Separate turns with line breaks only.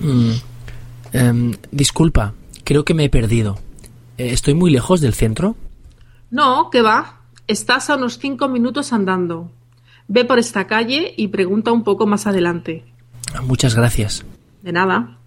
Mm, em, disculpa, creo que me he perdido. Eh, ¿Estoy muy lejos del centro?
No, ¿qué va? Estás a unos cinco minutos andando. Ve por esta calle y pregunta un poco más adelante.
Muchas gracias.
De nada.